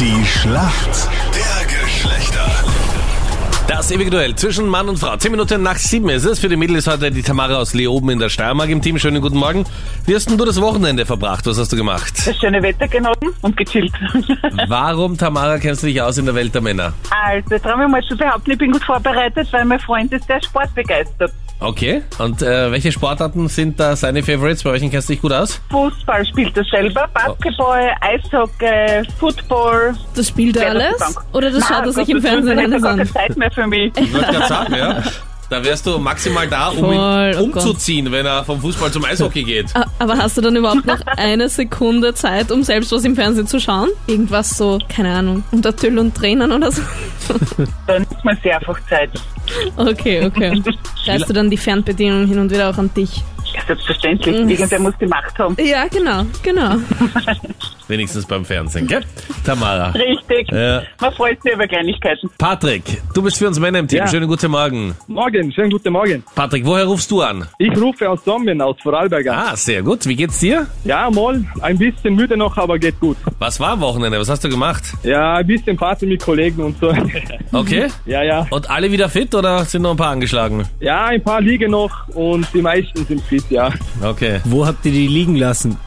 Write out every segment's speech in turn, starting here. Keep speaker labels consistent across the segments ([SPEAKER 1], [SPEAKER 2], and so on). [SPEAKER 1] Die Schlacht der Geschlechter.
[SPEAKER 2] Das ewige Duell zwischen Mann und Frau. Zehn Minuten nach sieben ist es. Für die Mädels heute die Tamara aus Leoben in der Steiermark im Team. Schönen guten Morgen. Wie hast denn du das Wochenende verbracht? Was hast du gemacht?
[SPEAKER 3] das schöne Wetter genossen und gechillt.
[SPEAKER 4] Mhm.
[SPEAKER 2] Warum, Tamara, kennst du dich aus in der Welt der Männer?
[SPEAKER 3] also, jetzt haben wir mal zu behaupten, ich bin gut vorbereitet, weil mein Freund ist sehr sportbegeistert.
[SPEAKER 2] Okay. Und äh, welche Sportarten sind da seine Favorites? Bei welchen kennst du dich gut aus?
[SPEAKER 3] Fußball spielt er selber,
[SPEAKER 4] Oh.
[SPEAKER 3] Basketball, Eishockey, Football.
[SPEAKER 4] Das spielt er
[SPEAKER 3] Ja, das ist
[SPEAKER 4] alles?
[SPEAKER 3] krank.
[SPEAKER 4] Oder das
[SPEAKER 2] um
[SPEAKER 4] schaut er sich im Fernsehen
[SPEAKER 3] Ich
[SPEAKER 4] alles
[SPEAKER 3] gar
[SPEAKER 4] an?
[SPEAKER 3] keine Zeit mehr für mich.
[SPEAKER 2] Ich wollte gerade sagen, ja. Da wärst du maximal da, um
[SPEAKER 4] Voll,
[SPEAKER 2] ihn
[SPEAKER 4] oh
[SPEAKER 2] umzuziehen, wenn er vom Fußball zum Eishockey geht.
[SPEAKER 4] A- Ah, Aber hast du dann überhaupt noch eine Sekunde Zeit, um selbst was im Fernsehen zu schauen? Irgendwas so, keine Ahnung, unter Tüll und Tränen oder so?
[SPEAKER 3] Dann ist mir sehr einfach Zeit.
[SPEAKER 4] Okay, okay. Schreibst du dann die Fernbedienung hin und wieder auch an dich?
[SPEAKER 3] Ja, selbstverständlich.
[SPEAKER 4] Mhm.
[SPEAKER 3] Irgendwer muss die Macht haben.
[SPEAKER 4] Ja, genau, genau.
[SPEAKER 2] Wenigstens beim Fernsehen, gell? Tamara.
[SPEAKER 3] Richtig.
[SPEAKER 2] Ja.
[SPEAKER 3] Man freut sich über Kleinigkeiten.
[SPEAKER 2] Patrick, du bist für uns Männer im Team.
[SPEAKER 5] Ja.
[SPEAKER 2] Schönen guten Morgen.
[SPEAKER 5] Morgen, schönen guten Morgen.
[SPEAKER 2] Patrick, woher rufst du an?
[SPEAKER 5] Ich rufe aus Dornbirn, aus Vorarlberger.
[SPEAKER 2] Ah, sehr gut. Wie geht's dir?
[SPEAKER 5] Ja, mal, ein bisschen müde noch, aber geht gut.
[SPEAKER 2] Was war am Wochenende? Was hast du gemacht?
[SPEAKER 5] Ja, ein bisschen Party mit Kollegen und so.
[SPEAKER 2] Okay.
[SPEAKER 5] ja, ja.
[SPEAKER 2] Und alle wieder fit oder sind noch ein paar angeschlagen?
[SPEAKER 5] Ja, ein paar liegen noch und die meisten sind fit, ja.
[SPEAKER 2] Okay.
[SPEAKER 6] Wo habt ihr die liegen lassen?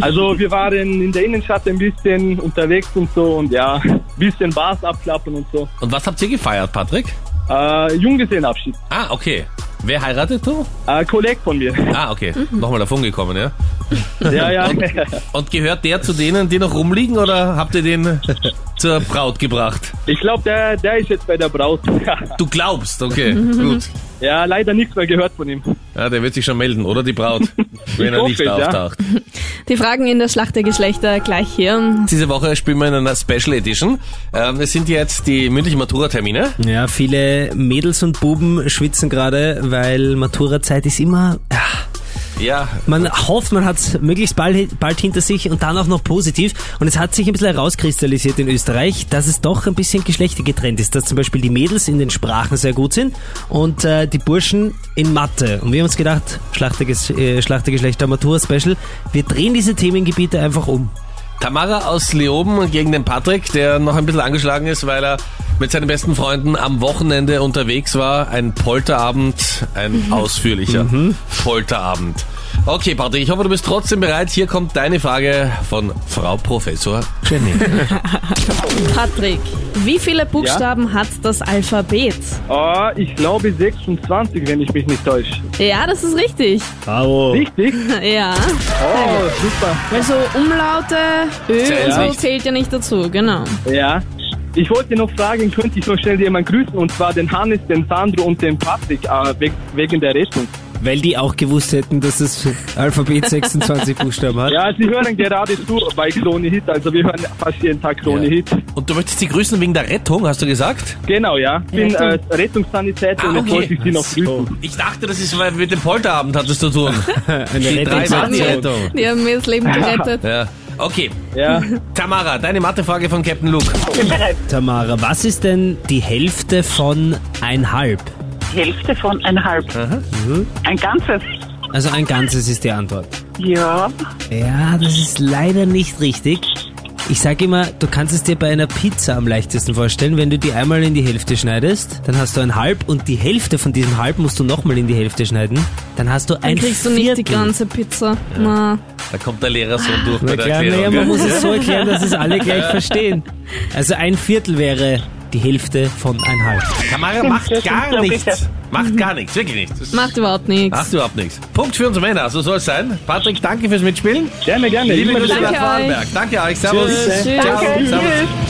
[SPEAKER 5] Also wir waren in der Innenstadt ein bisschen unterwegs und so und ja, ein bisschen Bars abklappen und so.
[SPEAKER 2] Und was habt ihr gefeiert, Patrick?
[SPEAKER 5] Äh, Junggesellenabschied.
[SPEAKER 2] Ah, okay. Wer heiratet du?
[SPEAKER 5] Äh, Kollege von mir.
[SPEAKER 2] Ah, okay. Nochmal davon gekommen, ja?
[SPEAKER 5] ja, ja.
[SPEAKER 2] Und gehört der zu denen, die noch rumliegen oder habt ihr den zur Braut gebracht?
[SPEAKER 5] Ich glaube, der, der ist jetzt bei der Braut.
[SPEAKER 2] Du glaubst, okay. Gut.
[SPEAKER 5] ja, leider nichts mehr gehört von ihm.
[SPEAKER 2] Ja, der wird sich schon melden, oder die Braut, wenn er
[SPEAKER 5] hoffe
[SPEAKER 2] nicht
[SPEAKER 5] es, ja.
[SPEAKER 2] auftaucht.
[SPEAKER 4] Die Fragen in der Schlacht der Geschlechter gleich hier.
[SPEAKER 2] Diese Woche spielen wir in einer Special Edition. Ähm, es sind jetzt die mündlichen Matura-Termine.
[SPEAKER 6] Ja, viele Mädels und Buben schwitzen gerade, weil Maturazeit ist immer. ja,
[SPEAKER 2] Ja,
[SPEAKER 6] Man hofft, man hat's möglichst bald, bald hinter sich und dann auch noch positiv. Und es hat sich ein bisschen herauskristallisiert in Österreich, dass es doch ein bisschen geschlechtergetrennt ist, dass zum Beispiel die Mädels in den Sprachen sehr gut sind und äh, die Burschen in Mathe. Und wir haben uns gedacht, Schlachterges äh, Schlachtergeschlechter Matura Special, wir drehen diese Themengebiete einfach um.
[SPEAKER 2] Tamara aus Leoben gegen den Patrick, der noch ein bisschen angeschlagen ist, weil er mit seinen besten Freunden am Wochenende unterwegs war. Ein Polterabend, ein ausführlicher Polterabend. Okay, Patrick, ich hoffe, du bist trotzdem bereit. Hier kommt deine Frage von Frau Professor Jenny.
[SPEAKER 4] Patrick, wie viele Buchstaben hat das Alphabet?
[SPEAKER 5] Oh, ich glaube 26, wenn ich mich nicht täusche.
[SPEAKER 4] Ja, das ist richtig.
[SPEAKER 6] Bravo.
[SPEAKER 5] Richtig?
[SPEAKER 4] Ja.
[SPEAKER 5] Oh, super.
[SPEAKER 4] Weil so Umlaute, Ö
[SPEAKER 2] Zählt
[SPEAKER 4] und so
[SPEAKER 2] nicht.
[SPEAKER 4] zählt ja nicht dazu, genau.
[SPEAKER 5] Ja. Ich wollte noch fragen, könnte ich noch schnell jemanden grüßen? Und zwar den Hannes, den Sandro und den Patrick äh, weg, wegen der Rechnung.
[SPEAKER 6] Weil die auch gewusst hätten, dass das Alphabet 26 Buchstaben hat.
[SPEAKER 5] Ja, sie hören gerade zu bei Krone Hit. Also wir hören fast jeden Tag Krone
[SPEAKER 2] Ja.
[SPEAKER 5] Hit.
[SPEAKER 2] Und du möchtest sie grüßen wegen der Rettung, hast du gesagt?
[SPEAKER 5] Genau, ja. Ich bin äh,
[SPEAKER 4] Rettung.
[SPEAKER 5] Rettungssanitäter
[SPEAKER 2] Ah,
[SPEAKER 5] und
[SPEAKER 2] okay.
[SPEAKER 5] jetzt wollte ich sie noch grüßen.
[SPEAKER 2] Ich dachte, das ist weil mit dem Polterabend hat es zu tun. Die drei waren die
[SPEAKER 6] Rettungsaktion.
[SPEAKER 2] Rettung.
[SPEAKER 4] Die haben mir das Leben gerettet.
[SPEAKER 2] Ja. Okay,
[SPEAKER 5] Ja.
[SPEAKER 2] Tamara, deine Mathefrage von Captain Luke.
[SPEAKER 3] Bin bereit.
[SPEAKER 6] Tamara, was ist denn die Hälfte von einhalb?
[SPEAKER 3] Die Hälfte von einhalb. Ein ganzes.
[SPEAKER 6] Also ein Ganzes ist die Antwort.
[SPEAKER 3] Ja.
[SPEAKER 6] Ja, das ist leider nicht richtig. Ich sage immer, du kannst es dir bei einer Pizza am leichtesten vorstellen. Wenn du die einmal in die Hälfte schneidest, dann hast du ein Halb und die Hälfte von diesem Halb musst du nochmal in die Hälfte schneiden. Dann hast du
[SPEAKER 4] Dann
[SPEAKER 6] ein
[SPEAKER 4] kriegst du
[SPEAKER 6] Viertel.
[SPEAKER 4] nicht die ganze Pizza. Na,
[SPEAKER 2] Da kommt der Lehrer so durch bei
[SPEAKER 6] Na
[SPEAKER 2] der
[SPEAKER 6] klar, naja,
[SPEAKER 2] Erklärung. gell?
[SPEAKER 6] man muss es so erklären, dass es alle gleich verstehen. Also ein Viertel wäre die Hälfte von ein Halb.
[SPEAKER 2] Tamara macht
[SPEAKER 3] das stimmt,
[SPEAKER 2] gar
[SPEAKER 3] glaub ich,
[SPEAKER 2] nichts. Macht gar nichts, wirklich nichts.
[SPEAKER 4] macht überhaupt nichts.
[SPEAKER 2] Macht überhaupt nichts. Punkt für uns Männer, so soll es sein. Patrick, danke fürs Mitspielen.
[SPEAKER 5] Gerne, gerne.
[SPEAKER 2] Liebe Grüße
[SPEAKER 4] Danke
[SPEAKER 2] nach
[SPEAKER 4] euch.
[SPEAKER 2] Vorarlberg. Danke euch. Servus.
[SPEAKER 4] Tschüss.
[SPEAKER 2] Ciao.
[SPEAKER 4] Danke.
[SPEAKER 2] Servus.